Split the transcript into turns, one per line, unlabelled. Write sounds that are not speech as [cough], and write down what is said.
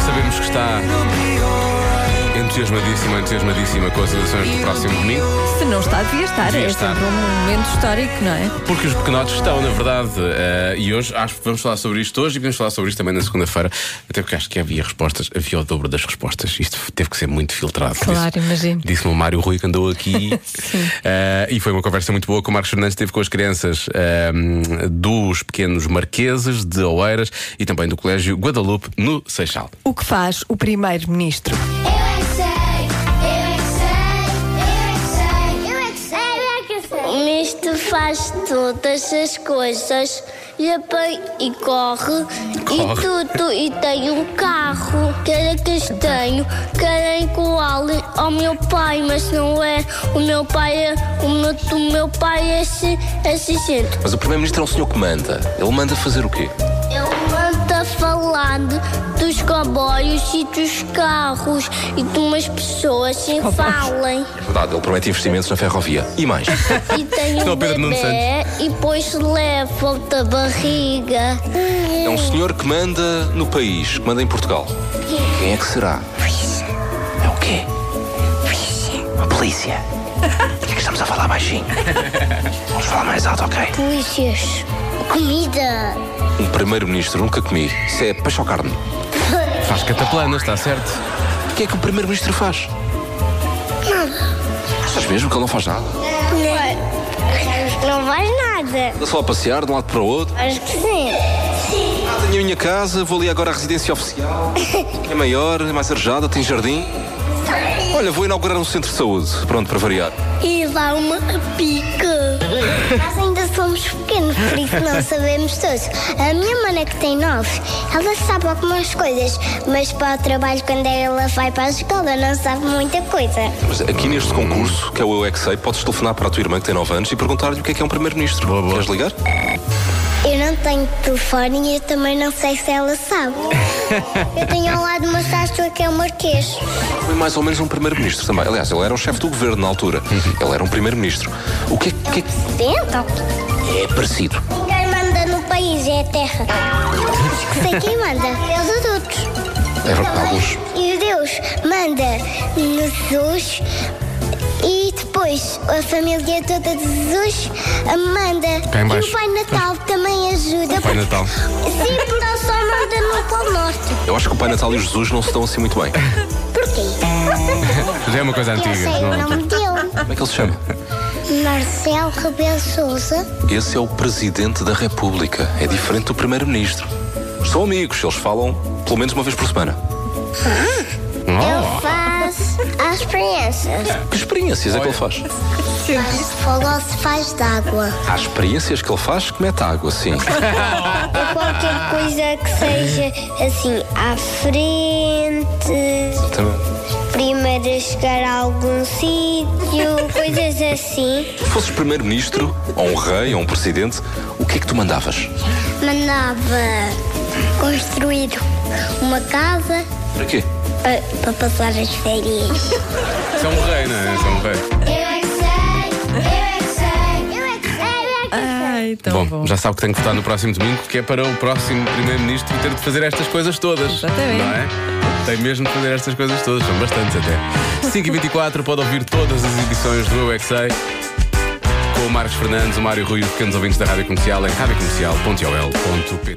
Ramos, que está entusiasmadíssima, entusiasmadíssima com as eleições do próximo domingo.
Se não está, devia estar.
Devia
é
estar.
sempre um momento histórico, não é?
Porque os pequenotes estão, na verdade, eh, e hoje acho que vamos falar sobre isto hoje e vamos falar sobre isto também na segunda-feira, até porque acho que havia respostas, havia o dobro das respostas. Isto teve que ser muito filtrado.
Claro, imagino.
Disse-me o Mário Rui que andou aqui.
[laughs]
Eh, e foi uma conversa muito boa que o Marcos Fernandes teve com as crianças eh, dos pequenos marqueses de Oeiras e também do Colégio Guadalupe, no Seixal.
O que faz o primeiro-ministro?
Eu é que sei, eu é que sei, eu é que sei, eu é que sei, eu é que sei.
O misto faz todas as coisas e, apan- e corre,
Corre.
e tudo e tem um carro que era castanho, que era igual ao meu pai, mas não é o meu pai é o meu, o meu pai é assi- assistente.
Mas o Primeiro-Ministro é um senhor que manda. Ele manda fazer o quê?
Ele anda falando dos comboios e dos carros e de umas pessoas sem falem.
É verdade, ele promete investimentos na ferrovia. E mais.
E tem
Não,
um
Pedro Nuno
bebê e depois levam da barriga.
É um senhor que manda no país, que manda em Portugal. [laughs] Quem é que será? É o quê? A polícia. O que é que estamos a falar baixinho? Vamos falar mais alto, ok?
Polícias. Comida.
Um Primeiro-Ministro nunca comi. Isso é peixe ou carne.
Faz cataplanas, está certo?
O que é que o Primeiro-Ministro faz? Nada. Achas mesmo que ele não faz nada?
Não vai nada.
Anda só a passear de um lado para o outro.
Acho que sim.
Ah, tenho a minha casa, vou ali agora à residência oficial. É maior, é mais arejada, tem jardim. Olha, vou inaugurar um centro de saúde. Pronto, para variar.
E lá uma pica. Nós ainda somos pequenos, por isso não sabemos todos. A minha mana que tem nove, ela sabe algumas coisas, mas para o trabalho quando ela vai para a escola não sabe muita coisa.
Mas aqui neste concurso, que é o Eu é que Sei, podes telefonar para a tua irmã que tem 9 anos e perguntar-lhe o que é que é um primeiro-ministro. Queres ligar?
Eu não tenho telefone e eu também não sei se ela sabe. Eu tenho ao lado uma sastra que é o Marquês.
Foi mais ou menos um primeiro-ministro também. Aliás, ele era um chefe do governo na altura. Ele era um primeiro-ministro. O que é que é
Dentro?
que é parecido?
Ninguém manda no país, é a terra. Sei quem manda, é os adultos.
É verdade, alguns.
E Deus manda no Jesus e depois a família toda de Jesus manda.
Cá em
e
baixo.
o Pai Natal também ajuda.
Pai Natal.
Sim, porque ele só manda no Polo Norte.
Eu acho que o Pai Natal e o Jesus não se dão assim muito bem.
Porquê?
Já é uma coisa
Eu
antiga.
sei o
não-
nome dele.
Como é que ele se [laughs] chama?
Marcelo Rebelo Souza.
Esse é o Presidente da República. É diferente do Primeiro-Ministro. São amigos, eles falam pelo menos uma vez por semana.
Ele faz as experiências.
Que experiências é que ele faz?
Faz fogo se faz d'água.
Há experiências que ele faz que mete água, sim.
É qualquer coisa que seja assim à frente,
Também.
primeiro a chegar a algum sítio, coisas assim.
Se fosses Primeiro-Ministro, ou um rei, ou um Presidente, o que é que tu mandavas?
Mandava construir uma casa
Para quê?
para, passar as férias.
Isso é um rei, não é? Isso é um rei.
Eu é que sei, eu é que sei, eu é que
Ai,
Então
tão bom.
já sabe que tem que votar no próximo domingo, que é para o próximo Primeiro-Ministro ter de fazer estas coisas todas.
Exatamente.
Não é? Tem mesmo de fazer estas coisas todas, são bastantes até. 5 e 24 pode ouvir todas as edições do Eu é Que Sei, com o Marcos Fernandes, o Mário Rui e os pequenos ouvintes da Rádio Comercial em radiocomercial.ol.pt.